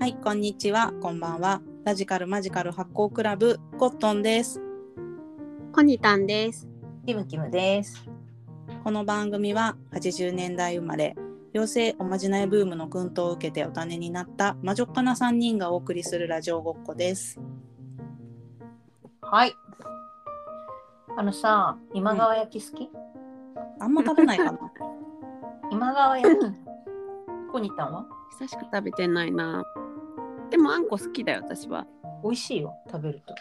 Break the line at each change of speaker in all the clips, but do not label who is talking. はい、こんにちは、こんばんは。ラジカルマジカル発行クラブコットンです。
コニタンです。
キムキムです。
この番組は80年代生まれ、妖精おまじないブームの薫陶を受けてお種になった魔女っかな3人がお送りするラジオごっこです。
はい。あのさ、今川焼き好き、
あんま食べないか な。
今川焼 き。コニタンは
久しく食べてないな。でもあんこ好きだよ、私は。
美味しいよ、食べる と。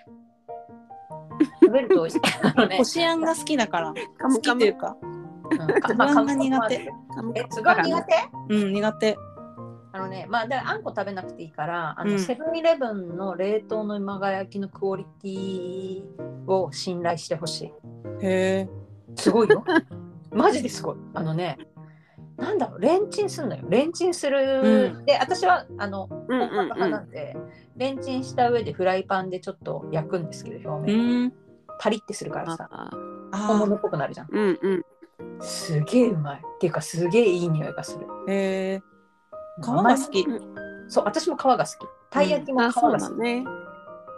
食べると美味しい。あのね
こ、しあんが好きだから、
カ
好
ム
き
カ
ってい
ム
う。か、
うん
つぶあんが苦手。
カム
え、
カ
つ
ム
ぶ
か
あん
らの
苦手
うん、苦手。
あのね、まあ、だからあんこ食べなくていいから、あの、
うん
セブンイレブンの冷凍の今川焼きのクオリティを信頼してほしい。
へえ。
すごい よ。マジですごい。あのね、なんだろう、レンチンするのよ。レンチンする。
う
で、私は、あの、
うん
本
う
格派
ん
なんで、レンチンした上でフライパンでちょっと焼くんですけど、
う
表面。
ん。
パリってするか
うん。
ら
あ
さ、
あ
本
あ
物っぽくなるじゃん。
うんうん。
すげえうまい。っていうか、すげえいい匂いがする。
あ、へえ。皮が好き。
そう、私も皮が好き。たい焼きも
あ、
皮
そう
が
だ
好き。
ね。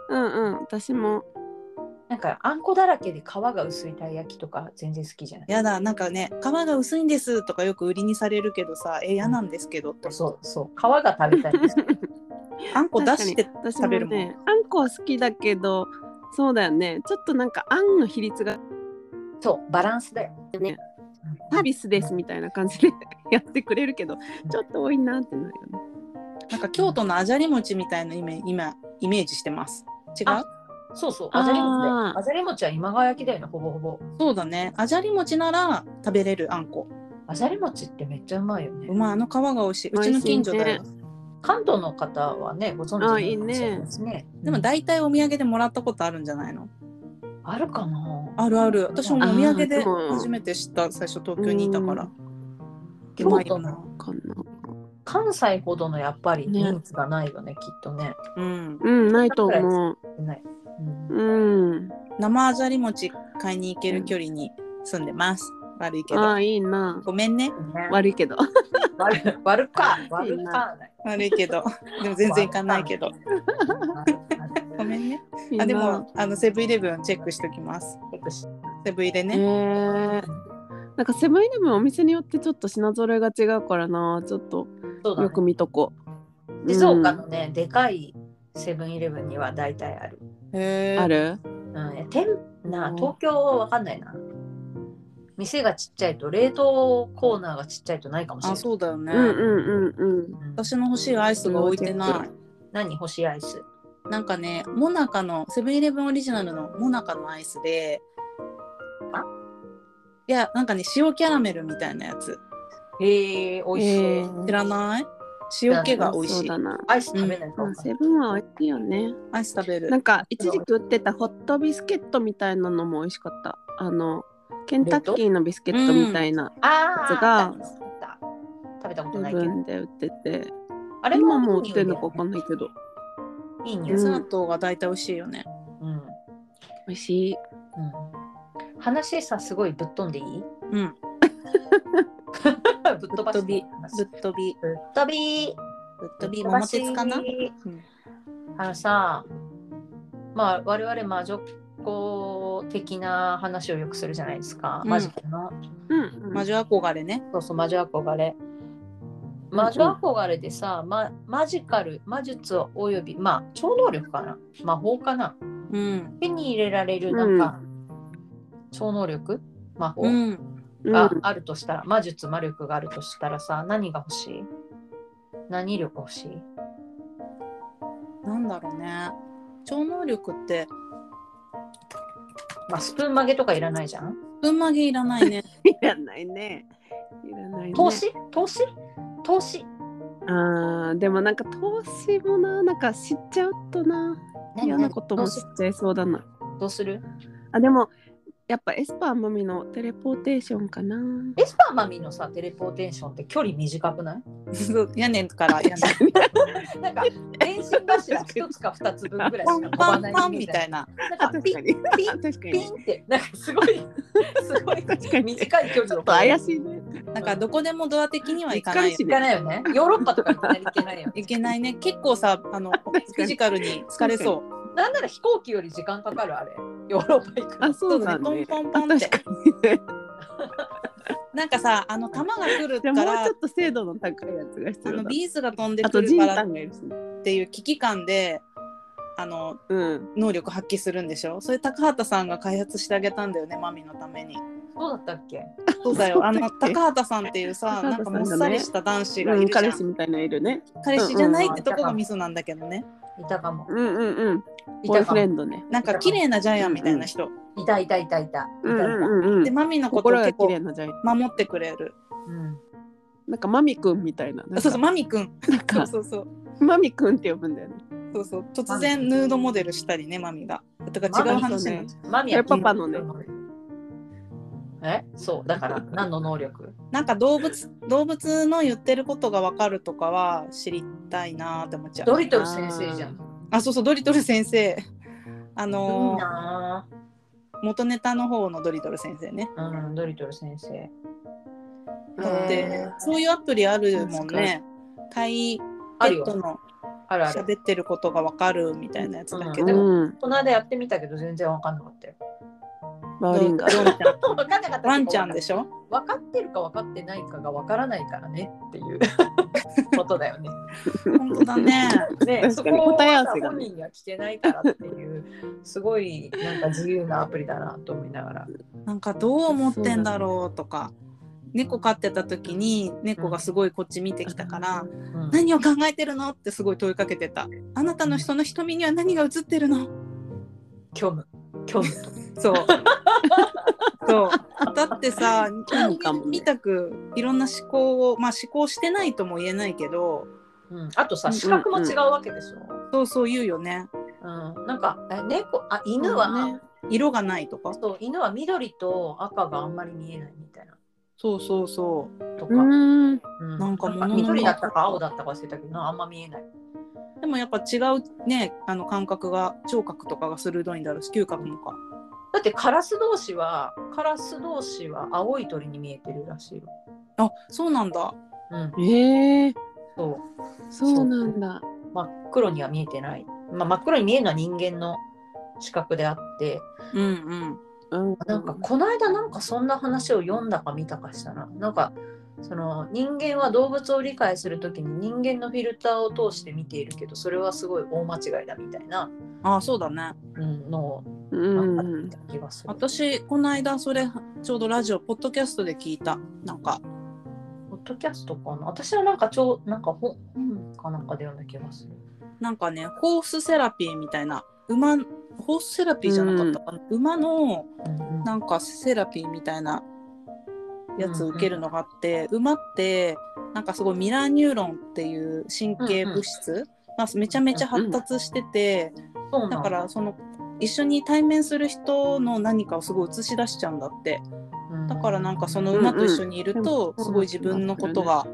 うんうん。私も。
なんか、あんこだらけで皮が薄いたい焼きとか全然好きじゃない。
やだ、なんかね、皮が薄いんですとかよく売りにされるけどさ、え、嫌なんですけどと。
そうそう、皮が食べたいんです。
あんこ出して
確かに私
食べるもん
ね。あんこ好きだけど、そうだよね。ちょっとなんかあんの比率が
そう、バランスだよ。
ね
うん
サービスですみたいな感じで やってくれるけど、ちょっと多いなってなるよね。
なんか京都のあじゃり餅みたいなイメ今イメージしてます。違う
あそうそう、あざり餅だ
あー
よ。あざり餅は今川焼きだよね、ほぼほぼ。
そうだね。あじゃり餅なら食べれるあんこ。
あざり餅ってめっちゃうまいよね。
うまいあの皮が美味しい。うちの近所だよ。
関東の方はね、ご存知
あいい
の
ね
かもしれないですね。
でも大体お土産でもらったことあるんじゃないの
あるかな。
あるある。私もお
あー
土産で
でも
初めて知った。最初東京にいたから。うま
京
いよ
都
な
の。
かな。
関西ほどのやっぱり
ね
人数がないよね、きっとね。
うん。
うん、ないと思う。
ない。うん
うん。
生あじゃり餅買いに行ける距離に住んでます。悪いけ
あ
ど
あ、。いいな。
ごめんね。
ね
悪いけど。
悪い悪いか悪かない。
悪いけど。でも全然行かないけど。ごめんね。あでもあのセブンイレブンチェックしておきます。セブンイレ
い
ね
い。な。えーなんかセブンイレブンお店によってちょっと品揃えが違うからな。ちょっと
そうだね
よく見とこ。
静岡のね、でかいセブンイレブンには大体ある。
へ
う
え
んある？
うん、てんな
うん
東京はわかんないな。店がちっちゃいと冷凍コーナーがちっちゃいとないかもしれ
あ
ない。
そうだよね。
うんうんうんうん。
うん
私の欲しいアイスが置いてな
何干しアイス。
い。なんかね、モナカのセブンイレブンオリジナルのモナカのアイスで
あ、
いやなんかね塩キャラメルみたいなやつ
へえ、美味し
え
そう。
ー
知らない？塩気が美味
そ
し
う
い
だ。な。
アイス食べない
まあ
とわかんない。
セブンは美味しいよね。
アイス食べ
な
る
ん。か一時期売ってたホットビスケットみたいなのも美味しかった。あのケンタッキーのビスケットみたいな
あ
やつが
ー食べた食べたこと
部
ないけど。
分で売ってて、
あれ
今
も
も売ってるのかわかんないいけど、
いい匂
デ
い。
ザートが大体美味しいよね。
うん。うん。
美味しい。
話さ、すごいぶっ飛んでいい
うん。
ぶっ飛ばしていい話
ぶっ飛び
ぶっ飛び
ぶっ飛び桃鉄かな？うん
あのさ、まあ我々魔女っ子的な話をよくするじゃないですか。
うん
マジックの。
うん、
魔女憧れね。
そうそう、魔女憧れ。魔女憧れでさ、ま、マジカル、魔術および、まあ、超能力かな魔法かな
うん。
手に入れられる、なんか、超能力魔法、
うん。
うん、
があるとしたら、魔術、魔力があるとしたらさ、何が欲しい何力欲しい
なんだろうね。超能力って
まあ、スプーン曲げとかいらないじゃん
分曲げいらないね。
いらないね。いらないね。
投資投資投資
あーでもなんか投資もな、なんか知っちゃうとな、嫌なことも
どう
知
す
っちゃいそうだな。
どうする
あ、でも、やっぱエスパーマミのテレポーテーションかな。
エスパーマミのさ、テレポーテーションって距離短くない
そう屋根から屋根。
なんか、電信柱一つか二つ分ぐらい
パ
し
ン
か
パ
飛ば
ン
ない
パン
イメー
み
ジだ
た
よ
いな。
なんかピン
に。
ピ ン
確か
ピ
に。
ンってなんかすごいすごい
確かに
短い距離
ちょ
を
っと怪しいね。
なんかどこでもドア的にはいか
しっか
な
り
い
し
行かないよね。ヨーロッパとか行かないといけないよ。
いけないね結構さあ のフィジカルに疲れそ
なんなら飛行機より時間かかるあれ。ヨーロッパ行くの
あ、。そうだ
そうだね
ね。
ポンポン
あ
ポンって
確かにね。
うなんかさあの玉が来る
じゃ
か
あもう
ら
ちょっと精度の高いやつが必
あ
要
の
だ。
ビーズが飛んで
あ
く
と
る
ジン
から
タ
っ
ンがいるし、ね。
ていう危機感であの
うん。
能力発揮するんでしょそれ高畑さんが開発してあげたんだよねマミのため に
そうだったっけ
そうだよあの
そうだっけ
高畑さんっていうさ
高
なんか
畑さ
もっ
んがね
さりした男子が
う
い
ん、
るじゃん、
彼氏みたいのいるね。
彼氏じゃないってとこがミソなんだけどね
いたかも。
うんうんうん。
い
ボー
た
イ
か
フレ
も。
ンドね。
なんか綺麗なジャイアンみたいな人、
いたいたいたいた。いた
うんうん
い
うんう
で
ん。
マミのことを
心
結
が綺
構
麗なじゃん。
守ってくれる
うん
なんかマミくんみたいな。なんか
そうそうマミくん
なんか
そうそうそう
マミくんって呼ぶんだよね。
そうそう突然ヌードモデルしたりねマミがとか
マミ
違う話ね
ね
マミは
これパパのね。
えそう、だから何の能力
なんか動物動物の言ってることが分かるとかは知りたいなーって思っちゃう
ドリトル先生じゃん。
あそうそうドリトル先生あ
いい
のー
な
元ネタの方のドリトル先生ね
ぁ。うん、ドリトル先生。
だっ
へ
て
ー
そういうアプリあるもんね対
あ
ペ
る
ット
よ。
の
あるある。
喋ってることが分かるみたいなやつだけ
う
ど、
ん。
この間やってみたけど全然わかんなかったよ。
バ
ど
ー
う
リンガー。
どうみたいな
わかんなかっ た。
ワンちゃんでしょ
分かってるか分かってないかが分からないからねっていう ことだよね。
本当だね。
ね、
確
そ
か
こ
に
を
答え合わせがね
本人には聞けないからっていうすごいなんか自由なアプリだなと思いながら。
なんかどう思ってんだろうとか猫飼ってた時に猫がすごいこっち見てきたから
う
「
ん
何を考えてるの?」ってすごい問いかけてた「あなたの人の瞳には何が映ってるの?
虚無虚無と」
そう そうだってさ人
そうかもね
間みたくいろんな思考をまあ思考してないとも言えないけど
うん、あとさ
うん
視覚も違うわけでしょ。
そうそう言うよね
うん、なんかえ猫あ犬は、
ね
色がないとか
そう犬は緑と赤があんまり見えないみたいな
そうそうそ
とか、
うーん。
うん
なんか物の
緑だったか青だったか忘れたけどあんま見えない。
うでもやっぱ違うねあの感覚が聴覚とかが鋭いんだろうし嗅覚もか
だってカラス同士はカラス同士は青い鳥に見えてるらしいよ。
あそうなんだ
うん、
ええー、
そう
そうなんだ。
真っ黒には見えてない、まあ、真っ黒に見えるのは人間の視覚であって
うんうん
うん。
なんかこの間なんかそんな話を読んだか見たかしたななんかその人間は動物を理解する時に人間のフィルターを通して見ているけどそれはすごい大間違いだみたいな、
あそうだね
うん、のを
う
なん
ん
か
うん
見。た気がする。
私この間それちょうどラジオポッドキャストで聞いたなんか
ポッドキャストかな私はなんかちょうなんか本本かなんかで読んだ気がする。
なんかねホースセラピーみたいな馬ホースセラピーじゃなかったかな、馬の
うんうん
なんかセラピーみたいなやつ受けるのがあって、馬ってなんかすごいミラーニューロンっていう神経物質、まあ、めちゃめちゃ発達してて、
そうなん
だからその一緒に対面する人の何かをすごい映し出しちゃうんだってだからなんかその馬と一緒にいると
うんうん
すごい自分のことが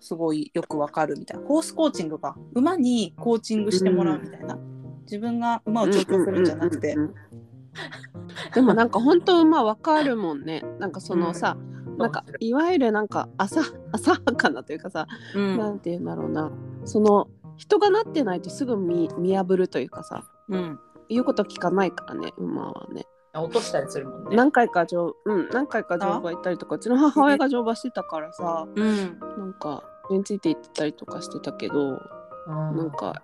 すごいよくわかるみたいなホースコーチングか馬にコーチングしてもらうみたいな自分が馬を調教するんじゃなくて
うんうんうんうん。でもなんか本当馬わかるもんね。なんかそのさ、なんかいわゆるなんか浅浅はかなというかさ、
うん
なんていうんだろうな。その人がなってないとすぐ見見破るというかさ、
うん
言うこと聞かないからね、馬はね。
落としたりするもんね。
何回か乗うん何回か乗馬行ったりとか、うちの母親が乗馬してたからさ、
うん
なんかそれについて行ってたりとかしてたけど、
うん
なんか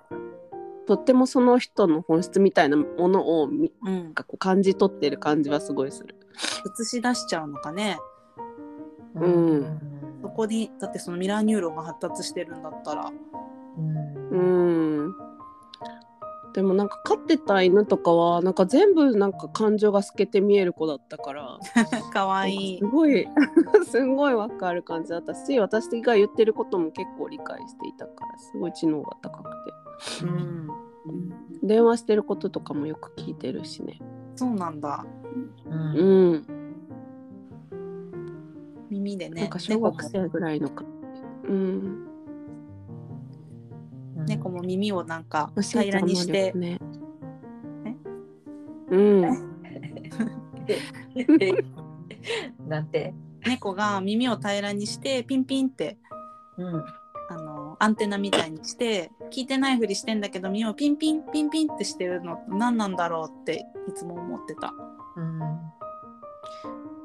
とってもその人の本質みたいなものをみ
うん
なんかこう感じ取ってる感じはすごいする。
映し出しちゃうのかね
う
そこにだってそのミラーニューロンが発達してるんだったら
う
う
ん
んでもなんか飼ってた犬とかはなんか全部なんか感情が透けて見える子だったから
かわいい
なんかすごい すごいわかる感じだったし私が言ってることも結構理解していたからすごい知能が高く
う
て
ん
電話してることとかもよく聞いてるしね
そうなんだ
うん
うん
耳で
なん
ね
か小学生ぐらいのかうん
猫も猫も耳をなんか
まあ
平らにして
しーちゃんの能力ね
え
うん、
なんて
猫が耳を平らにしてピンピンって
うん
あのアンテナみたいにして聞いてないふりしてんだけど耳をピンピンピンピンってしてるの何なんだろうっていつも思ってた。
うん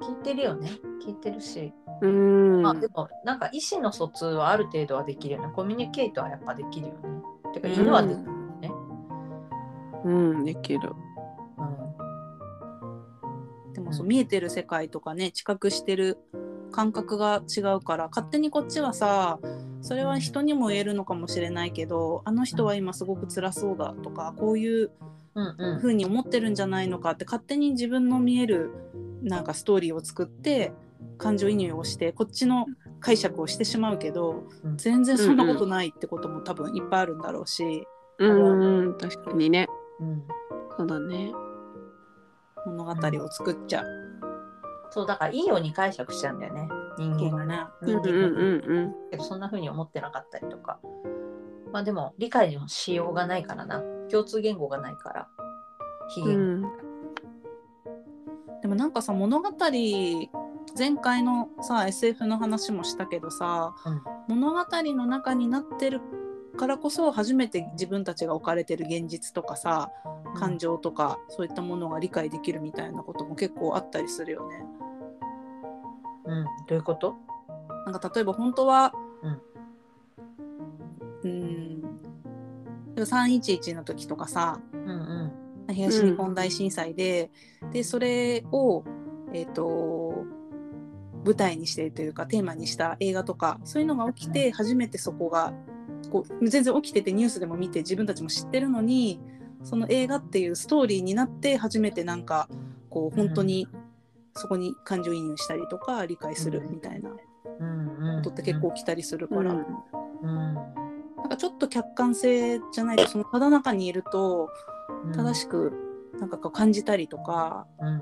聞いてるよね聞いてるし、
うん
まあでもなんか意思の疎通はある程度はできるよねコミュニケートはやっぱできるよねてか
うん
犬はできるよね、
うんできる
うん
でもそううん見えてる世界とかね知覚してる感覚が違うから勝手にこっちはさそれは人にも言えるのかもしれないけどあの人は今すごく辛そうだとかこういう
うんうん
風に思ってるんじゃないのかって勝手に自分の見えるなんかストーリーを作って感情移入をしてこっちの解釈をしてしまうけど
うん
全然そんなことないってことも多分いっぱいあるんだろうし
うんうん確かにね
うん
そうだね
物語を作っちゃう。
そうだからいいように解釈しちゃうんだよね人間がね
うん
人
うん
間が
うん
けどそんな風に思ってなかったりとかまあでも理解のしようがないからな共通言語がないから非
う
言語
ん
でもなんかさ物語前回のさ SF の話もしたけどさ、物語の中になってるからこそ初めて自分たちが置かれてる現実とかさ感情とかそういったものが理解できるみたいなことも結構あったりするよね。
うん、どういうこと
なんか例えば本当は、うん、でも311の時とかさ
うんうん
東日本大震災で、でそれを、えっと舞台にしてというかテーマにした映画とかそういうのが起きて初めてそこがこう全然起きててニュースでも見て自分たちも知ってるのにその映画っていうストーリーになって初めてなんかこう本当にそこに感情移入したりとか理解するみたいなこ
うんうん
とって結構起きたりするから、
うん
うん
なんかちょっと客観性じゃないとそのただ中にいると
うん
正しくなんかこう感じたりとか
うん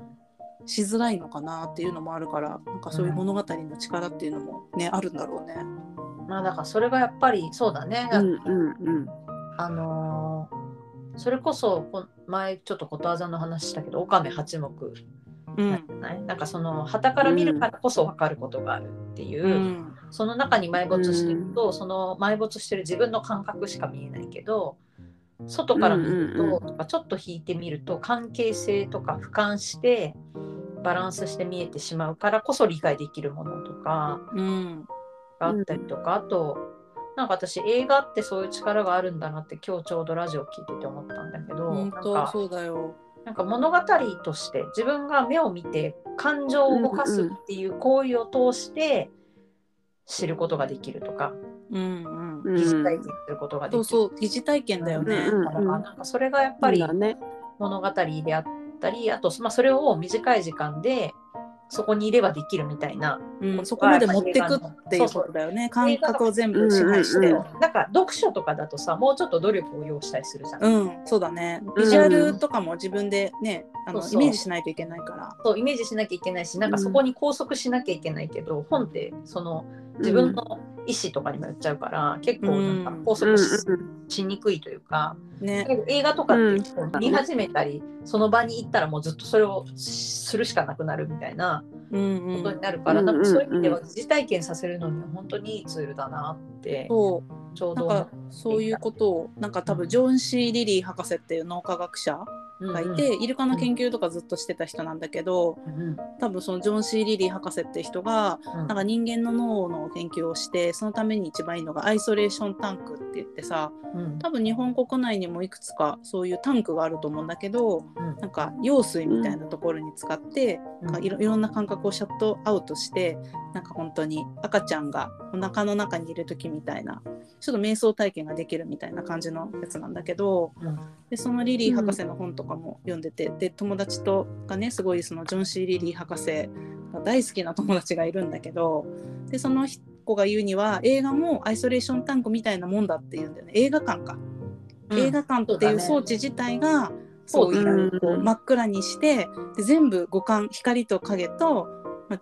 しづらいのかなっていうのもあるからなんかそういう物語の力っていうのもね、あるんだろうね。
まあだからそれがやっぱりそうだね、
うんうん
あのーそれこそこ前ちょっとことわざの話したけど岡部八目
うん
ないなんかその旗から見るからこそ分かることがあるっていう、
うん
その中に埋没してると、その埋没してる自分の感覚しか見えないけど外から見ると、
うんうんうん
とかちょっと引いてみると関係性とか俯瞰してバランスして見えてしまうからこそ理解できるものとか
うん
があったりとか、あとなんか私映画ってそういう力があるんだなって今日ちょうどラジオ聞いてて思ったんだけどなん
本当
か
そうだよ。
なんか物語として自分が目を見て感情を動かすっていう行為を通して知ることができるとか
うんうん。
うん
疑似体験することができ
そ
る、
うそう疑似体験だよね。
うん
だからなんかそれがやっぱり
そうだね
物語であったりあと、まあ、それを短い時間でそこにいればできるみたいな
うん、そこまで持ってくっていうことだよね。感覚を全部支配して。
うん
なんか読書とかだとさもうちょっと努力を要したりするじゃん、
うん、そうだね。
ん
ビジュアルとかも自分でね、あの
そ
イ
うそう
メージしないといけないから。
そうイメージしなきゃいけないしなんかそこに拘束しなきゃいけないけど、本ってその自分の意思とかにもやっちゃうから、結構なんか拘
うんう
束
ん
し,、にくいというか
ね。
だけど映画とかってこ
うん
う見始めたり、その場に行ったらもうずっとそれをするしかなくなるみたいな
うんう
ことに
ん。
なるから、
うん
なんかそういう意味で
う
は
ん
疑似体験させるのには本当にいいツールだなって
そう。
ちょう
な
ど
んかそういうことをなんか多分ジョン・シー・リリー博士っていう脳科学者
うん
がいて、イルカの研究とかずっとしてた人なんだけど
うんうん
多分そのジョン・シー・リリー博士って人が
うん
なんか人間の脳の研究をしてそのために一番いいのがアイソレーションタンクって言ってさ
うん
多分日本国内にもいくつかそういうタンクがあると思うんだけど
うん
なんか用水みたいなところに使って、
うん
いろいろんな感覚をシャットアウトしてなんか本当に赤ちゃんがお腹の中にいる時みたいなちょっと瞑想体験ができるみたいな感じのやつなんだけど、
うん
でそのリリー博士の本とかも読んでて、で友達とがねすごいそのジョン・シー・リリー博士が大好きな友達がいるんだけどでその子が言うには映画もアイソレーションタンクみたいなもんだって言うんだよね映画館か。
うん
映画館っていう装置自体がそう
そう
だね
いうこう
うん
真っ暗にしてで全部五感光と影と、まあ、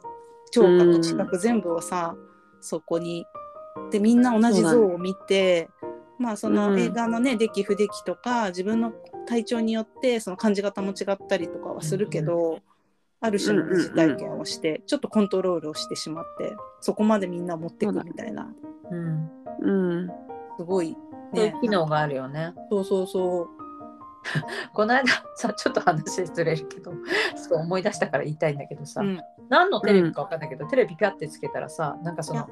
聴覚
うん
視覚全部をさそこにでみんな同じ像を見て、まあその映画のね出来不出来とか自分の体調によってその感じ方も違ったりとかはするけど、ある種の二次体験をして、ちょっとコントロールをしてしまってそこまでみんな持っていくみたいな
うん。
うん。
すごい
そうい
ね
う機能があるよね。
そうそうそう
この間さちょっと話ずれるけど そう思い出したから言いたいんだけどさ、
うん
何のテレビか分かんないけど、テレビピャってつけたらさなんかその
い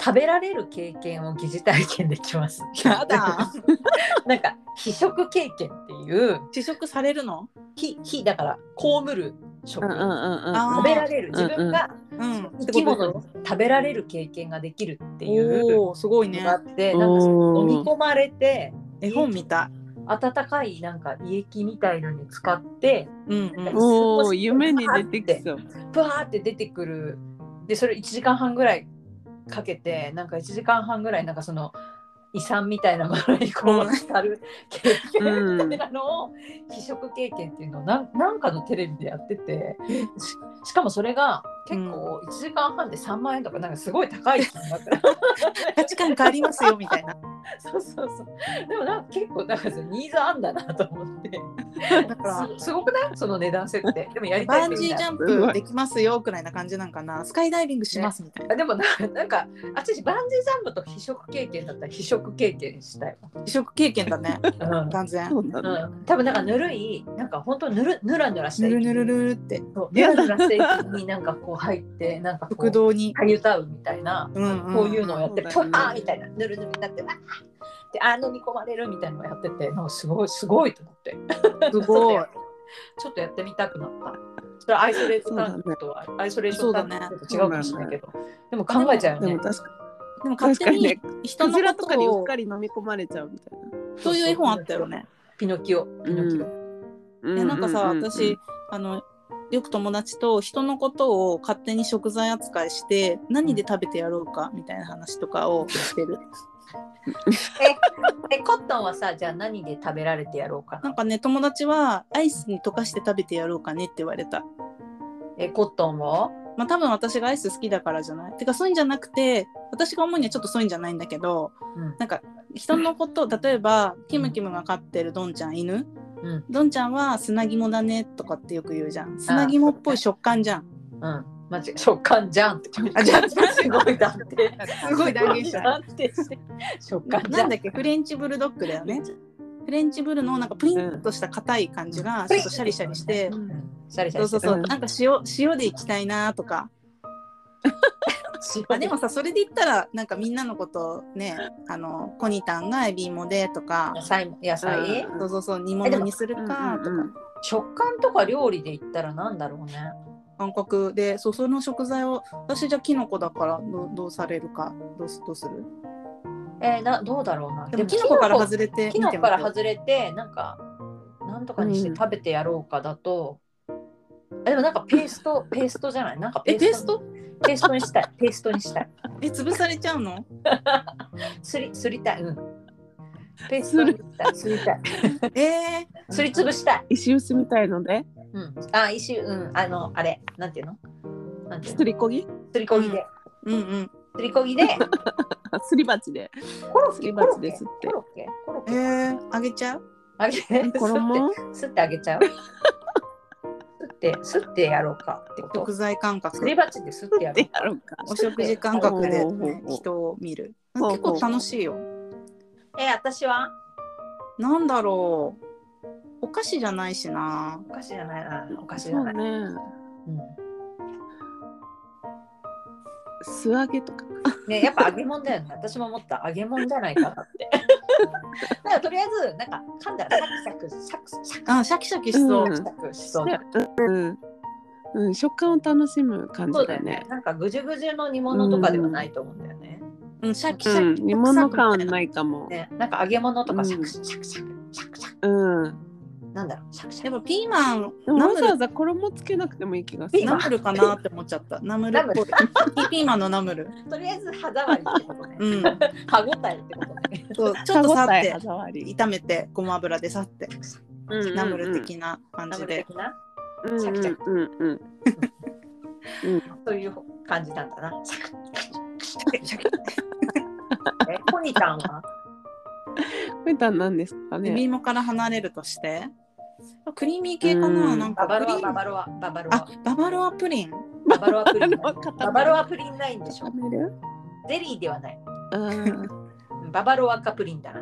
食べられる経験を疑似体験できます。
やだ
なんか非食経験っていう
試食されるの
非非だから被る食、
うんうんうん
あ
食べられる
うんうん
自分が
うん
生き物
っ
に食べられる経験ができるっ
て
てい
いう
う
おーすごい
の
ね
があって、
うん。
なんかその
お
飲み
ー
込まれて
絵本みた
温かいなんか胃液みたいのに使って
いうんうん
こ
おー夢に出てきそう。
ブワーって出てくるでそれ1時間半ぐらいかけてなんか1時間半ぐらいなんかその遺産みたいなものにこ
う
うん浸る経験
うん
みたいなのを非食経験っていうのをなんなんかのテレビでやっててししかもそれが結構1時間半で3万円とかなんかすごい高い金額
価値観変わりますよみたいな
そうそうそうでもなんか結構なんかそのニーズあんだなと思って
だから
すすごくないその値段設定でもやりた
バ
い
ン
です
ジ
み
ー
たい
ジ
な
ャンプできますよくらいな感じなんかなスカイダイビングしますみたいな
あでもななんか私バンジージャンプと非食経験だったら非食経験したいわ、
試食経験だね
う
完全
そうだ
ん
ね。
多分なんかぬるいなんか本当ぬるぬらぬらし
ぬ
たい
るぬるぬるって
そうぬらぬらした息になんかこう入ってなんかこ
食
う
堂に
かゆたうみたいな
うんうん
こういうのをやって
うん
プワーみたいなぬるぬるになってわーであー飲み込まれるみたいなのをやっててなんかすごいすごいと思って
す
ちょっと
ごい
やちょっとやってみたくなったそれはアイソレートタンクとは、アイソレーションタンクとは違うかもしれないけど、でも考えちゃうよ
で
ね
も確か
でも勝
確
手
かに
に
ね。
人
ク
の
ジラ
こと
かにう
と
っ
を
かり飲み込まれちゃうみたいな。
そういう絵本あったよね。
ピノキオピノキオ、
う
いやなんかさ、
ううう
私あのよく友達と人のことを勝手に食材扱いして何で食べてやろうかみたいな話とかをしてる。
えコットンはさじゃあ何で食べられてやろうか
なん
な
かね友達はアイスに溶かして食べてやろうかねって言われた。
えコットンは
まあ多分私がアイス好きだからじゃないてかそういうんじゃなくて私が思うにはちょっとそういうんじゃないんだけど
うん
なんか人のこと例えばキムキムが飼ってるドンちゃん犬、
うん
ドンちゃんは砂肝だねとかってよく言うじゃん砂肝っぽい食感じゃん
うんマジ食感じゃ んって
あじゃ ん
すごい断定
すごい断言した
断定して食
な
感じ
な
ゃ
ん
ん
だっけフレンチブルドッグだよねフレンチブルのなんかプリンとした硬い感じがちょっとシャリシャリして、
うん
シャリシャ
そうそ
リし
う
て
そう
うん
なんか塩塩でいきたいなとかあでもさそれで言ったらなんかみんなのことねあのコニタンがエビ芋でとか
野菜野菜、
う
そうそうそう煮物にするかと
うんうんうん
か
食感とか料理で言ったらなんだろうね
感覚でそうその食材を私じゃあキノコだからどうどうされるかどうすどうする
えーなどうだろうな
でもキノコから
れ
外れて
キノコから
見てみて
外れてなんかなんとかにして
うん
食べてやろうかだと、えでもなんかペーストペーストじゃないなんか
えペー
に
スト
ペーストにしたい。ペーストにしたい。
え潰されちゃう の
すり、すりたい。うん。ペーストにしたい。すりたい。
えー、
すりつぶしたい。
石臼みたいので、
うん。あ、石、うん。あの、あれ。なんていうのなんていう
す
の
りこぎ、
すりこぎで。
うんうん
すり こぎで。
あすり鉢で、
コロッ
す
ケ。
り
コロ
鉢
ッ
で
ケ
すっ。
コ
て。
ロッケ。コロッ
え
ケ。
ー、あげちゃう
あげて。
衣、
すってあげちゃう。すって、すってやろうかってこ
食
と。
材感
す
覚
り鉢ですってやろう
で。やろうか。
お食事感覚で、
ほうほう
ね、
ほう
人を見る
ほうほ
結
う
構楽しいよ
え、私は
なんだろうお菓子じゃないしな
お菓子じゃないな。お菓子じ
そ
ゃ
う
ない。
ね。
うん
素揚げとか。
ね、やっぱ揚げ物だよね。私も思った揚げ物じゃないかな って。なんかとりあえず、なんか噛んだらサクサク、サクサク、サク
あシャキシャキしそう、
うん
サクしそう。
ねうん。うん、食感を楽しむ感
そう
じ
だ
だ
よね
ね。。
なんかぐじゅぐじゅの煮物とかではないと思うんだよね。
うん、シャキシ
う
ャ
ん、
キ、
煮物感は
サクサクみたい
ないかも。
ね、なんか揚げ物と
う
か
ん
シャクシャクシャクシャクシャク。
うん。
なんだろう、シャクシャ
やっ
ク。
ぱピーマン
でも
ナ
わ
ム
ざわ
ル
ざ衣つけなくてもいい気がす
ピーマ
る
ナム
ン。
ルかなって思っちゃったナムルっぽいピーマンのナムル
とりあえず歯触りってことね。
うん
歯ごたえってことね。
そうちょっとさ
歯
っ
応え
て
歯触り。
炒めてごま油でさってナムル的な感
ナ
じ
ムル
で
的な
うん。
シャキシャ
うんうんうん。うん。
そういう感じなんだな。シャクシャクシャクシャ ク。え、コニタンは
これたなんですか
エ
ね。
ビ芋から離れるとしてあクリーミー系かな、
うん
なん
バ
か
バ
クリ
ロア、
ー
バ
ム
バロア、ババロ
あ
ア。
ババロアプリン
ババロアプリン。
ババロア固め
ババロアプリンないんでしょ。
める
ゼリーではない。
うん
ババロアかプリンだな。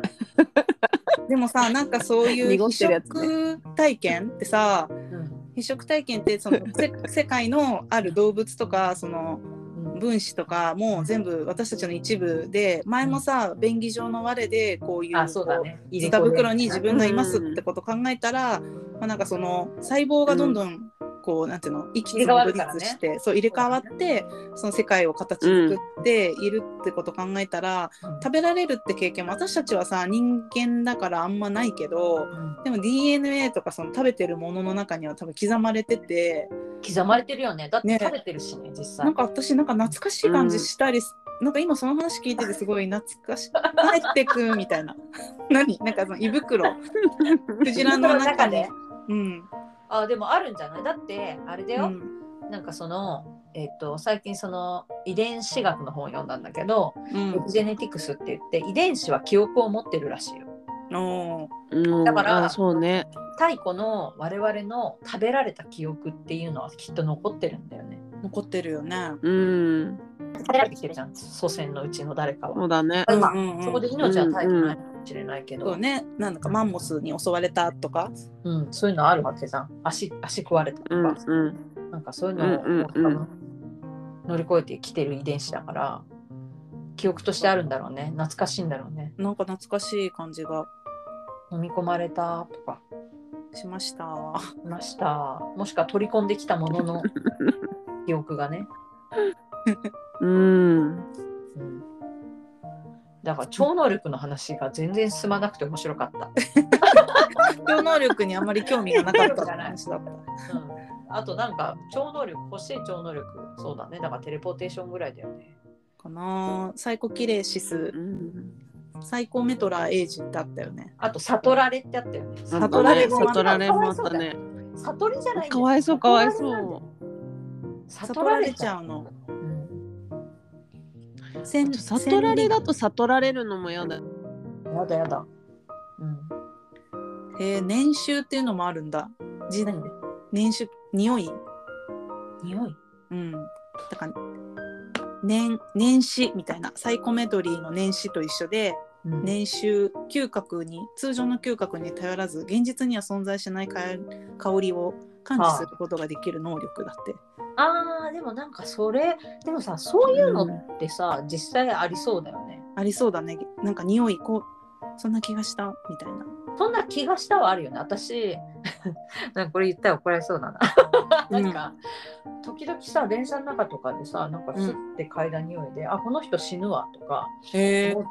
でもさなんかそういう
濁
非
ってるやつね
食体験ってさ
うん
非食体験ってそ のせ世界のある動物とかその
うん
分子とかも全部私たちの一部で前もさ便宜上の我でこういう
あ、そうだね。入
舌袋に自分がいますってこと考えたら、まあ、なんかその細胞がどんどんこう、なんていうの一気に
入れ替わ
分
るからね
裂して、そう入れ替わってその世界を形作っているってこと考えたら、
うん
食べられるって経験も私たちはさ人間だからあんまないけど
うん
でも DNA とかその食べてるものの中には多分刻まれてて
刻まれてるよね。だって
ね
食べてるしね、実
なん
際。
か私なんか懐かしい感じしたりす、なんか今その話聞いててすごい懐かしい帰ってくみたいな 何なんかその胃 袋クジラの中で。うん
あ、でもあるんじゃないだって、あれだ
う
よ。
ん
なんかその、えっと、最近その遺伝子学の本を読んだんだけど、
う
ジェネティクスって言って遺伝子は記憶を持ってるらしいよ。
ん、お
うん
だから
あそうね
太古の我々の食べられた記憶っていうのはきっと残ってるんだよね。
残ってるよね。
うん
食べられてきてるじゃん祖先のうちの誰かは。
そうだね
今
うんうんうん
そこで命は絶えてないかもしれないけど、
そうね、なんだかマンモスに襲われたとか、
うん、そういうのあるわけじゃん足足食われたとか、
うんうん
なんかそういうのを、
うんうんうん
多分乗り越えてきてる遺伝子だから記憶としてあるんだろうね懐かしいんだろうね
なんか懐かしい感じが
飲み込まれたとか
しました。
いましたもしくは取り込んできたものの記憶がね、
うん
うん、だから超能力の話が全然進まなくて面白 かった。
超能力にあまり興味がなかった話だった。
うんあとなんか超能力欲しい超能力そうだねだからテレポーテーションぐらいだよね
かな、サイコキレシス
う、ん
サイコメトラエイジってあったよね。
あと悟られってあったよね
あ
悟られもあった
悟られもあったね
悟りじゃないんだよ
かわいそうかわい
悟られなんだよ
そ
悟
悟
ら
ら
れ
れ
ち
ち
ゃ
ゃ
うの。
う、うん、
せん
う悟られだと悟られるのもやだ
やだやだうん
千里えー年収っていうのもあるんだ。じ
何
年収、匂い。
匂い
うん。だから、年、年始みたいな、サイコメトリーの年始と一緒で、
うん
年収嗅覚に通常の嗅覚に頼らず現実には存在しないか香りを感知することができる能力だって。
あーでもなんかそれでもさそういうのってさ、実際ありそうだよね
ありそうだねなんか匂いこうそんな気がしたみたいな。
そんな気がしたはあるよね私 なんかこれ言ったら怒られそうだななんか、時々さ電車の中とかでさなんか
うん
吸って嗅いだ匂いで、あこの人死ぬわとか
へ
思っ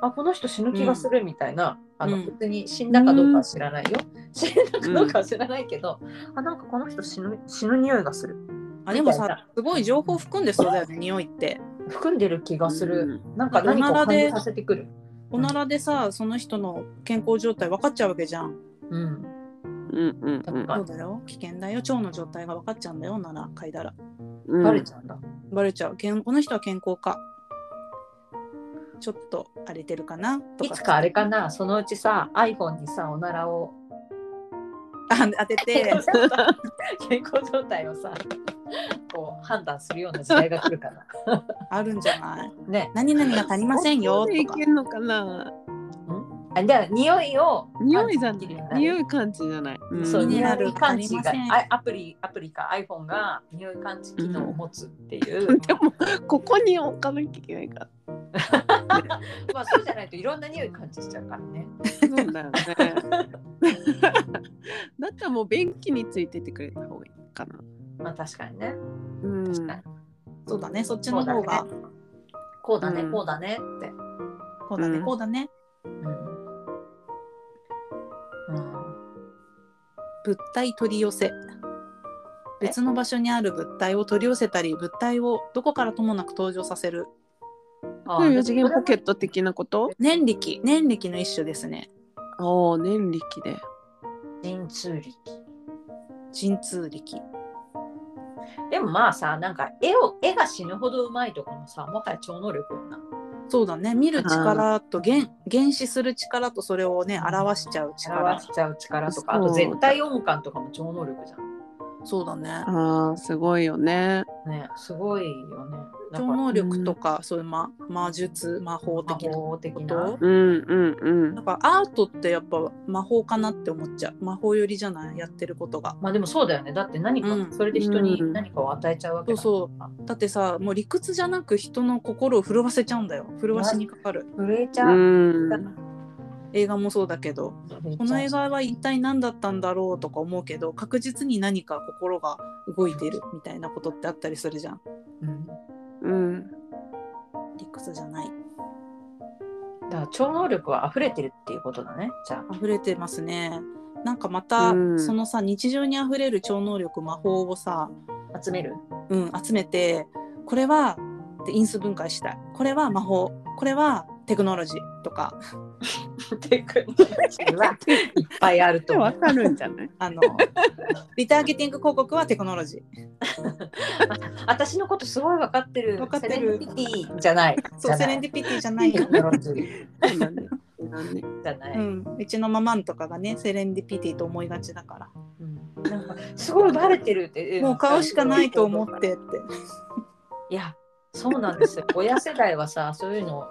あこの人死ぬ気がするみたいな、あの
うん
別に死んだかどうかは知らないよ、死んだかどうかは知らないけど、あなんかこの人死ぬ死ぬ匂いがする
あでも
みたい
さ
な
すごい情報含んでそうだよね匂いって。
含んでる気がする、なんか
なん
何
か
か
おな
を
ら
感
で
じさせてくる、
おならでさその人の健康状態分かっちゃうわけじゃん。
うん、
うんうんうん
はい
そうだよ危険だよ腸の状態が分かっちゃうんだよおなら嗅いだら。
うん
バレちゃうんだ、
バレちゃうけんこの人は健康か。ちょっと荒れてるかなと
い
か。
つかあれかなそのうちさ iPhone にさおならを
あ当てて。
健康状態をさこう判断するような時代が来るかな
あるんじゃない
ね
何々が足りませんよ
そことまでい
か
けんのかな
あじゃあ匂いを
匂いじゃな
感知できるよ
い
ね
匂い感じじゃないん
そう、
ミネ
匂
ラル
い感知
が
が
足りません
あアプリアプリか iPhone が匂い感知機能を持つっていう、
でもここに置かなきゃいけないから
まあそうじゃないといろんな匂い感知しちゃうからね
そうだよねだったらもう便器についててくれた方がいいかな
まあ確かにね
うん
確かに
そうだねそっちの方が
こうだね
うん
こうだねって
こうだね
うん
こうだね
うん、うん
物体取り寄せ別の場所にある物体を取り寄せたり物体をどこからともなく登場させる
あー
4次元ポケット的なこと
念力念力の一種ですね
ああ念力で
神通力
神通力
でもまあさなんか絵を絵が死ぬほどうまいとかもさもはや超能力よな
そうだね見る力と原原始する力とそれをね表しちゃう
表
力
しちゃう力とかあ
そう
と絶対音感とかも超能力じゃ
そうだね
あーすごいよね。
んねすごいよねだか
超能力とかそういう魔魔術魔法
ら
的
魔
な
法的
こ
な
うんうんうん
なんかアートってやっぱ魔法かなって思っちゃう魔法寄りじゃないやってることが
まあでもそうだよねだって何か、
うん
それで人に
うん
何かを与えちゃうわけだ
そう
から
だってさもう理屈じゃなく人の心を震わせちゃうんだよ震わしにかかる
震えち
う
ゃう、
ん。
映画もそうだけどこの映画は一体何だったんだろうとか思うけど確実に何か心が動いてるみたいなことってあったりするじゃん
うん
うん。
理屈じゃない
だから超能力は溢れてるっていうことだねじゃあ
溢れてますねなんかまた、
うん
そのさ日常にあふれる超能力魔法をさ、
集 める
うん、集めてこれはって因数分解したいこれは魔法これはテクノロジーとか
テクノロジーはいっぱいあると思
わ
う。
かるんじゃない
あの リターゲティング広告はテクノロジ
私のことすごい分かってる。
分かってる
セレンディピティじゃない。
ーそうセレン
デ
ディピティじゃないよ
テ、ィじ
そうだねそうだね
ゃな
う
い。
ん、うちのママンとかがねセレンディピティと思いがちだから
うんなんかすごいバレてるって。。
もう買うしかないと思っててって
いや、そうなんですよ。親世代はさ、そういうのを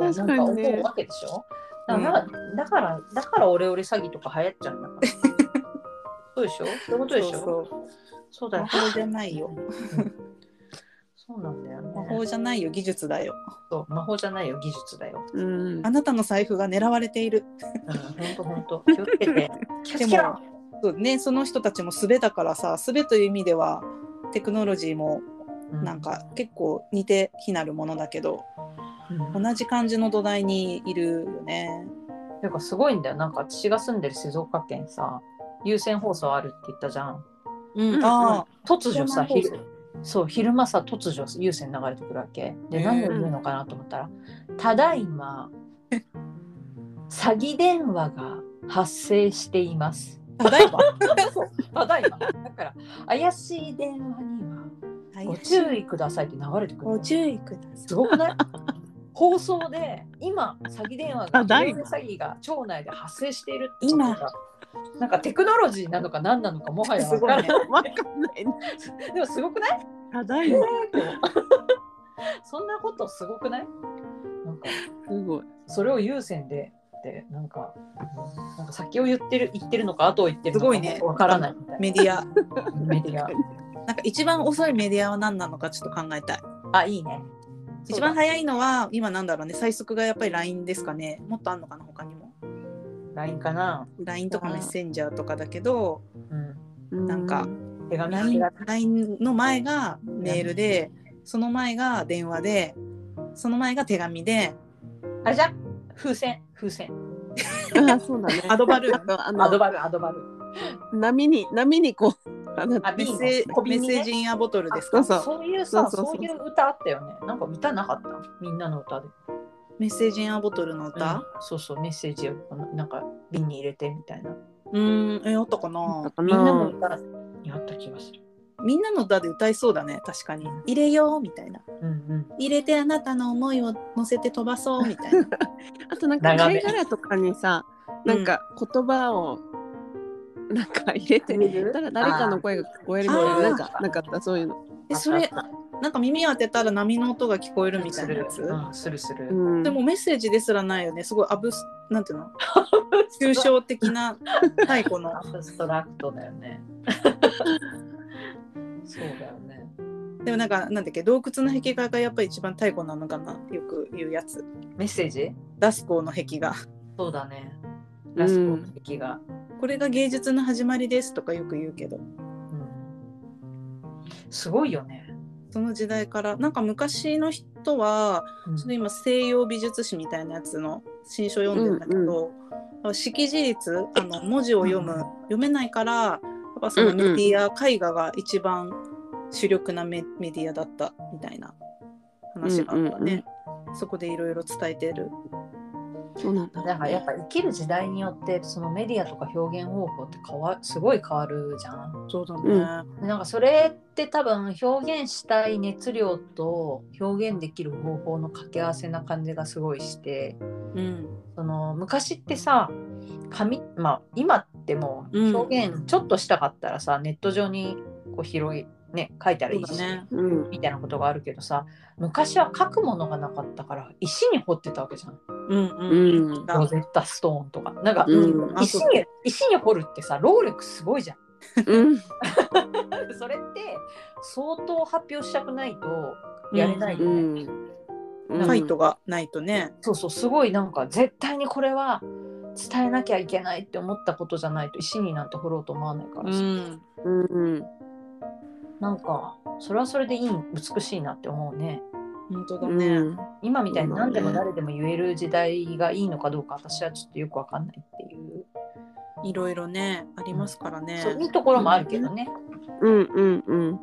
なん
確か
か
にね
思うわけでしょ。だから、だから、だからオレオレ詐欺とか流行っちゃうんだから。そうでしょそういうことでしょそう
そう
だよ
魔。法じゃないよ
そうなんだよね。
魔法じゃないよ技術だよ
そう魔法じゃないよ、技術だよ。
うん
あ。なたの財布が狙われている
本当本当気をつけて気をつけろ
そうね、その人たちもすべだからさすべという意味ではテクノロジーもなん、か結構似て非なるものだけど
うんうん
同じ感じの土台にいるよね。
なんかすごいんだよなんか私が住んでる静岡県さ有線放送あるって言ったじゃん
うん
うん
あ
突如さ
有線放送
昼そう昼間さ突如有線流れてくるわけで
うん
何を言うのかなと思ったら「ただいま詐欺電話が発生しています
あただ いま」
ただいまだから怪しい電話にはご注意くださいって流れてくる
ご
の
注意ください。
すごくない放送で今詐欺電話が
あだいま
詐欺が町内で発生しているって
今
ことがなんかテクノロジーなのか何なのかもはや
す
分
ご
から
い
な
ね
い。
わかんないね。
でもすごくない
ただいま。
そんなことすごくないなんか
すごい。
それを優先でってなんかなんか先を言ってる言ってるのか後を言ってるのか
すごいね
分からないみたい
メディア
なメディア。
なんか一番遅いメディアは何なのかちょっと考えたい。
あいいね。
一番早いのは今なんだろうね最速がやっぱり LINE ですかねもっとあんのかな他にも。
LINE かな、
LINE とかメッセンジャーとかだけど
うん、
なんか
手紙
LINE
が
LINE の前がメールでその前が電話でその前が手紙で
あれじゃん風船風船
うん。あ、そうだね。
アドバルー
あ
ン
とあ
アド
の
バルアドバル。
波に波にこう。あの
あ
メッ
瓶
セ
ね小
メ
瓶
ッ
に
セ
ね
ージインアボトルです
そ
か
うそう。
そういう
そ
さ
う
そ
そううそう
いう歌あったよねなんか歌なかったみんなの歌で、
メッセージインアボトルの
うん
歌
そうそうメッセージをこのなんか瓶に入れてみたいな
うーんえあったか
だ
な
か
みんなの
な。
歌にあった気がする
みんなの歌で歌いそうだね確かに入れようみたいな
うんうん
入れてあなたの思いを乗せて飛ばそうみたい な
あとなんか
長め
貝殻とかにさ、なんか言葉をなんか入れて。たら誰かの声が聞こえるみたい
あー
ななんかなかったそういうの。
えそれなんか耳当てたら波の音が聞こえるみた
す
いな
る
やつ、
うんするする、
うん
でもメッセージですらないよねすごいアブスなんていう の抽象的な太古の
アブストラクトだよねそうだよね
でもなんかなんだっけ洞窟の壁画がやっぱり一番太古なのかなよく言うやつ
メッセージ
ラスコーの壁画
そうだね
うん
ラスコの敵が、
これが芸術の始まりですとかよく言うけど
うんすごいよね、
その時代からなんか昔の人は
うん
ちょっと今西洋美術史みたいなやつの新書読んでんだけど、識字率あの文字を読む、
うん
読めないからやっぱその
うん
メ
うん
ディア、絵画が一番主力なメメディアだったみたいな話があったね、そこでいろいろ伝えてる
そうなんだろうね。
なんかやっぱ生きる時代によってそのメディアとか表現方法って変わすごい変わるじゃん。
そうだね、
うん
なんかそれって多分表現したい熱量と表現できる方法の掛け合わせな感じがすごいして
うん
その昔ってさ紙まあ今っても
うん
う表現ちょっとしたかったらさ、ネット上にこう広いね書いたらいい
そう
し、
だね
うん
みたいなことがあるけどさ昔は書くものがなかったから石に掘ってたわけじゃん
うんうん
うん
あ
ロゼッタストーンとかなんか、
うん
あ
石
そう
に石に掘るってさ労力すごいじゃん。
うん
それって相当発表したくないとやれないよ
う
ね、
ん
ファイトがないとね、
そうそうすごいなんか絶対にこれは伝えなきゃいけないって思ったことじゃないと石になんて掘ろうと思わないからさ、
ん、
うん
なんかそれはそれでいい美しいなって思うね
本当
う
だ
ん
ね、
今みたいに何でも誰でも言える時代がいいのかどうか私はちょっとよくわかんないっていう,、
いろいろねありますからね、
そういいところもあるけどね、
うんうんうん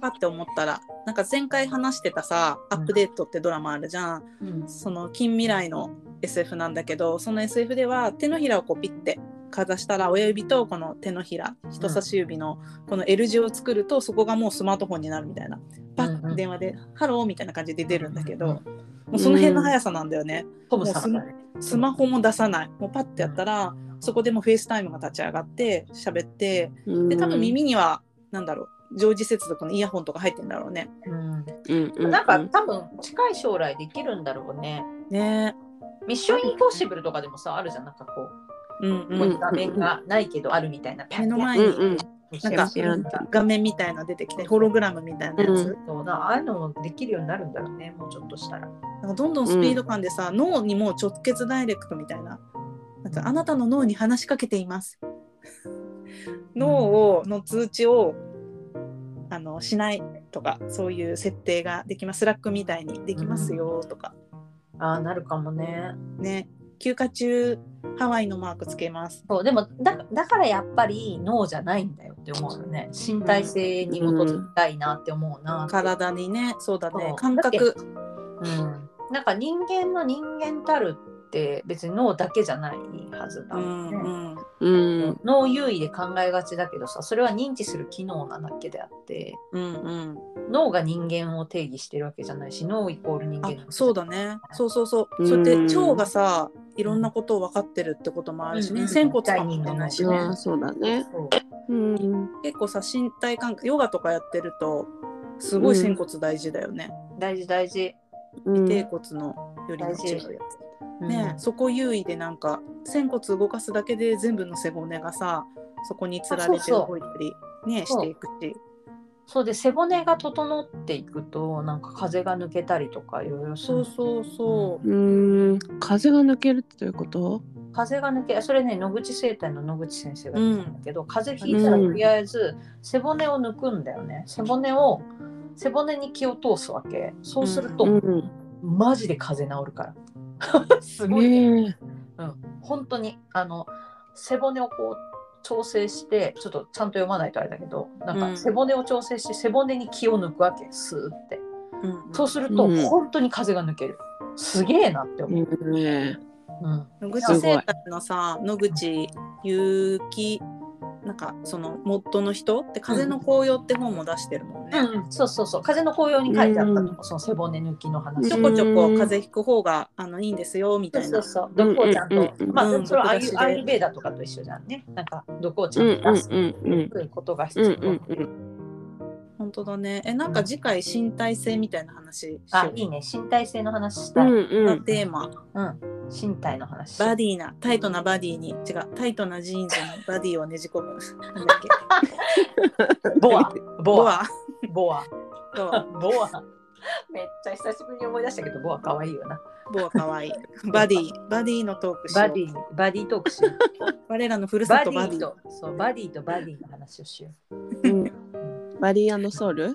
パって思ったらなんか前回話してたさ「アップデート」ってドラマあるじゃん、
うん
その近未来の SF なんだけどその SF では手のひらをこうピッてかざしたら親指とこの手のひら人差し指のこの L 字を作るとそこがもうスマートフォンになるみたいなパ
うんう
ッ
ん
電話で「ハロー」みたいな感じで出るんだけど、
うん
もうその辺の速さなんだよね、
トムさんがね
スマホも出さないもうパッてやったらそこでもうフェイスタイムが立ち上がって喋って
うん
で多分耳には何だろう常時接続のイヤホンとか入ってんだろうね。
うん
うんう
なんか多分近い将来できるんだろうね
ね
ミッションインポッシブルとかでもさあるじゃんなんかこう
うん
こう
う
い
ん
う、画面がないけどあるみたいな
目の前
う
に
んうん
なんか画面みたいな出てきてホログラムみたいなやつ、
うん
そうなああいうのもできるようになるんだろうねもうちょっとしたら。
なんかどんどんスピード感でさ、脳にもう直結ダイレクトみたいななんかあなたの脳に話しかけています脳をの通知をあのしないとかそういう設定ができますスラックみたいにできますよとか、
ああなるかもね。
ね休暇中ハワイのマークつけます
そうでもだだからやっぱり脳じゃないんだよって思うよね身体性に基づきたいなって思うな。
体にねそうだ
そ
ね
う
感覚
うん、なんか人間の人間たるって別に脳だけじゃないはずだ
う
も
ん
んね。
うん
うん
脳優位で考えがちだけどさそれは認知する機能なだけであって
うんうん
脳が人間を定義してるわけじゃないし脳イコール人
あ
間
そうだねそうそうそう、
うん
そうやって腸がさいろんなことを分かってるってこともあるしね、
うん
仙骨かもしれないし
う
ね、
わそうだね
そう
うん
結構さ身体感覚ヨガとかやってるとすごい仙骨大事だよね、
大事大事。
うん
低骨のよりも違うやつ、ね
うん
そこ優位でなんか仙骨動かすだけで全部の背骨がさそこにつられ
あ
て
そうそ
動
う
いたりね
そう
していくし
そうで背骨が整っていくとなんか風が抜けたりとかいろいろす
そ
る
うそうそう
ーん風が抜けるってどういうこと
風が抜けそれね野口生態の野口先生が言ってたんだけど、風邪ひいたら
うん
とりあえず背骨を抜くんだよね背骨を背骨に気を通すわけそうすると、
うん
マジで風邪治るから すごい、ね
ね
うん、本当にあの背骨をこう調整してちょっとちゃんと読まないとあれだけどなん
う
か
ん
背骨を調整して背骨に気を抜くわけスーって。
うん
そうすると、
うん
本当に風が抜ける。すげえなって
え
思う。
ね
うん
野口生態のさ野口ゆきなんかその元の人って風の紅葉って本も出してるもんね、
うんそうそうそう風の紅葉に書いてあったとか、その背骨抜きの話
ち
と
ょ
か、
こちょこ風邪ひく方があのいいんですよみたい
そ
な
うそうそう毒をちゃんと、
うんうんうん
まあ、
うん
それはア
毒
イ
出し
ル
で
アイルベーダとかと一緒じゃんねなんか毒をち
う
ゃ
ん
んと出す
うんうん
ということが必
うん
要、
うんうん
本当だねえなんか次回身体性みたいな話しよう
あいいね身体性の話し
う
たい、うん
んう
が
ん
テーマ
身体の話
バディなタイトなバディに違うタイトなジーンズにバディをねじ込 むなんだっけ
ボアボ
ボ
ア
ア
ボア
ボ
ボア
ア
めっちゃ久しぶりに思い出したけどボア可愛いよな
ボアかわいいバディバディのトークしよ
バ
う
ディバディトークしよう
我らのふるさ
バ
と
デ
バディ
ィとそうバディとバディの話をしよ
う
う
んバリーソウル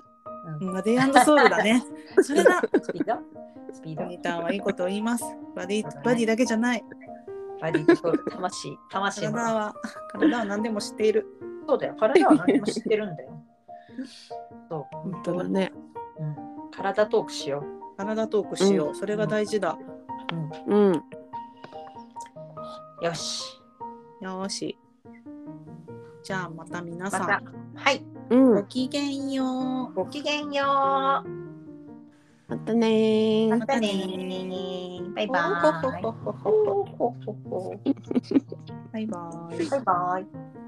うんバディソウルだ ねそれだ
スピードスピード
モニターはいいことを言いますバディバディだけじゃ ない
バディとソウル魂魂
体
の
は体は何でも知っている
そうだよ体は何でも知ってるんだよそう
本当だね
うん、体トークしよ
体トークしよう、
う
それが大事だ、
うん
うよし
よーしじゃあまた皆
ま
さん、
た、はい、
うん
ごきげんよ
ごきげんよ
またねー
う。ま
た
た
ね
ねバイ
う。
バーイ。
バイバーイ。
バイバイ。